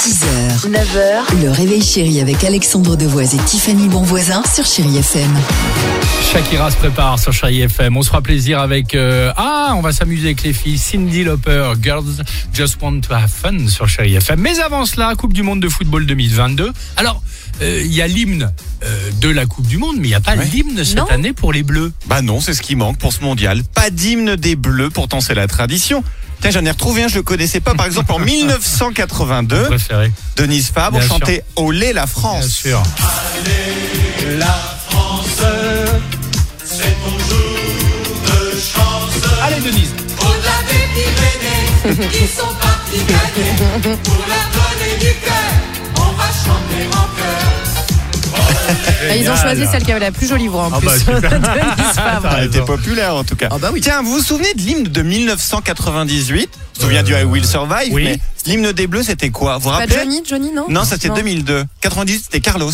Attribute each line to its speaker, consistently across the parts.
Speaker 1: 6h, 9h, le réveil chéri avec Alexandre Devoise et Tiffany Bonvoisin sur Chéri FM.
Speaker 2: Shakira se prépare sur Chéri FM. On se fera plaisir avec euh, ah, on va s'amuser avec les filles. Cindy Lauper, Girls Just Want to Have Fun sur Chéri FM. Mais avant cela, Coupe du Monde de football 2022. Alors, euh, il y a l'hymne euh, de la Coupe du Monde, mais il n'y a pas
Speaker 3: Ouais.
Speaker 2: l'hymne cette
Speaker 1: Non.
Speaker 2: année pour les Bleus.
Speaker 3: Bah non, c'est ce qui manque pour ce mondial. Pas d'hymne des Bleus, pourtant c'est la tradition. Tiens, j'en ai retrouvé un, je le connaissais pas. Par exemple, en 1982,
Speaker 2: Préféré.
Speaker 3: Denise Fabre
Speaker 2: Bien sûr.
Speaker 3: chantait Olé la France.
Speaker 2: Bien sûr. Allez Denise.
Speaker 4: Au-delà des Pyrénées, ils sont partis gagner. Pour la donnée du cœur, on va chanter en cœur.
Speaker 5: Ah, ils ont
Speaker 2: Génial.
Speaker 5: choisi celle qui avait la plus jolie voix en
Speaker 2: Ah
Speaker 5: plus.
Speaker 2: bah, super.
Speaker 5: Denise Favre.
Speaker 2: T'as
Speaker 3: Ah, Elle était
Speaker 2: raison.
Speaker 3: populaire en tout cas.
Speaker 5: Ah bah oui.
Speaker 3: Tiens, vous vous souvenez de l'hymne de 1998 Vous vous souvenez du I Will Survive
Speaker 2: Euh, oui.
Speaker 3: Mais l'hymne des Bleus, c'était quoi Vous vous
Speaker 5: Pas
Speaker 3: rappelez
Speaker 5: Bah, Johnny, Johnny non
Speaker 3: Non, ça c'était 2002. 98, c'était Carlos.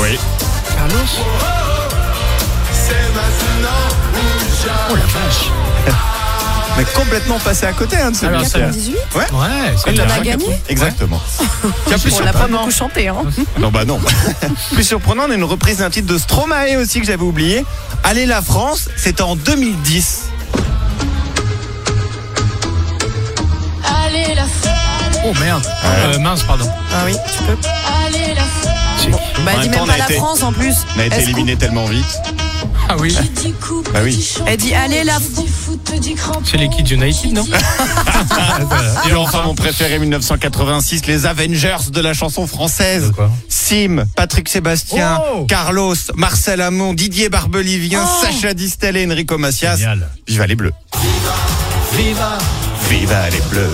Speaker 3: Oui.
Speaker 2: Oh la vache.
Speaker 3: Mais complètement passé à côté hein, de ce
Speaker 2: Alors,
Speaker 3: hymne.
Speaker 2: ça-
Speaker 5: 98
Speaker 2: Ouais, c'est
Speaker 3: Il
Speaker 2: bien.
Speaker 5: Ah, On a gagné
Speaker 3: Exactement. Tiens, plus
Speaker 5: On l'a pas
Speaker 3: surprenant-
Speaker 5: beaucoup chanté hein.
Speaker 3: Non, bah non. Plus surprenant, on a une reprise d'un titre de Stromae aussi que j'avais oublié. Allez la France, c'était en 2010.
Speaker 4: Allez la fête,
Speaker 2: Oh merde. Euh, mince, pardon.
Speaker 3: Ah oui, tu peux.
Speaker 4: allez la fête.
Speaker 2: C'est-
Speaker 5: Bah
Speaker 3: En
Speaker 5: dis
Speaker 3: même temps, on
Speaker 5: même
Speaker 3: a
Speaker 5: pas la
Speaker 3: été-
Speaker 5: France en plus.
Speaker 3: On a été
Speaker 5: Est-ce qu'on-
Speaker 3: éliminé tellement vite.
Speaker 2: Ah oui.
Speaker 4: Petit coup,
Speaker 3: Bah oui.
Speaker 4: petit chant,
Speaker 5: Elle dit, allez, la-
Speaker 4: petit foot, petit crampon.
Speaker 2: C'est les Kids United, non
Speaker 5: Ah,
Speaker 3: Et enfin, mon préféré 1986, les Avengers de la chanson française.
Speaker 2: De quoi
Speaker 3: Sim, Patrick Sébastien,
Speaker 2: Oh
Speaker 3: Carlos, Marcel Amont, Didier Barbelivien,
Speaker 5: Oh
Speaker 3: Sacha Distel et Enrico Macias.
Speaker 2: Génial.
Speaker 3: Viva les Bleus. Viva, viva les Bleus.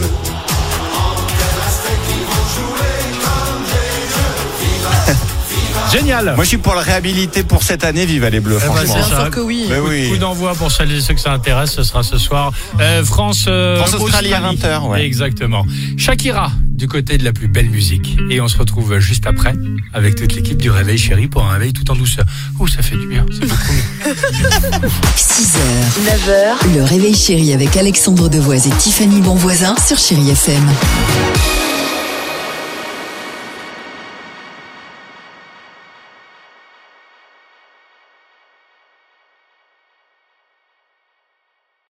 Speaker 2: Génial.
Speaker 3: Moi, je suis pour la réhabilité pour cette année. Viva les Bleus,
Speaker 2: Eh ben,
Speaker 3: franchement.
Speaker 2: c'est
Speaker 5: Bien
Speaker 2: ça.
Speaker 5: sûr que oui.
Speaker 3: Mais
Speaker 2: Coup,
Speaker 3: oui.
Speaker 2: coup d'envoi pour celles et ceux que ça intéresse, ce sera ce soir. Euh, France, euh,
Speaker 3: France-Australie à 20h, ouais.
Speaker 2: Exactement. Shakira, du côté de la plus belle musique. Et on se retrouve juste après avec toute l'équipe du Réveil Chéri pour un réveil tout en douceur. Oh, ça fait du bien. c'est beaucoup mieux.
Speaker 1: 6h, 9h, le réveil chéri avec Alexandre Devoise et Tiffany Bonvoisin sur Chéri FM.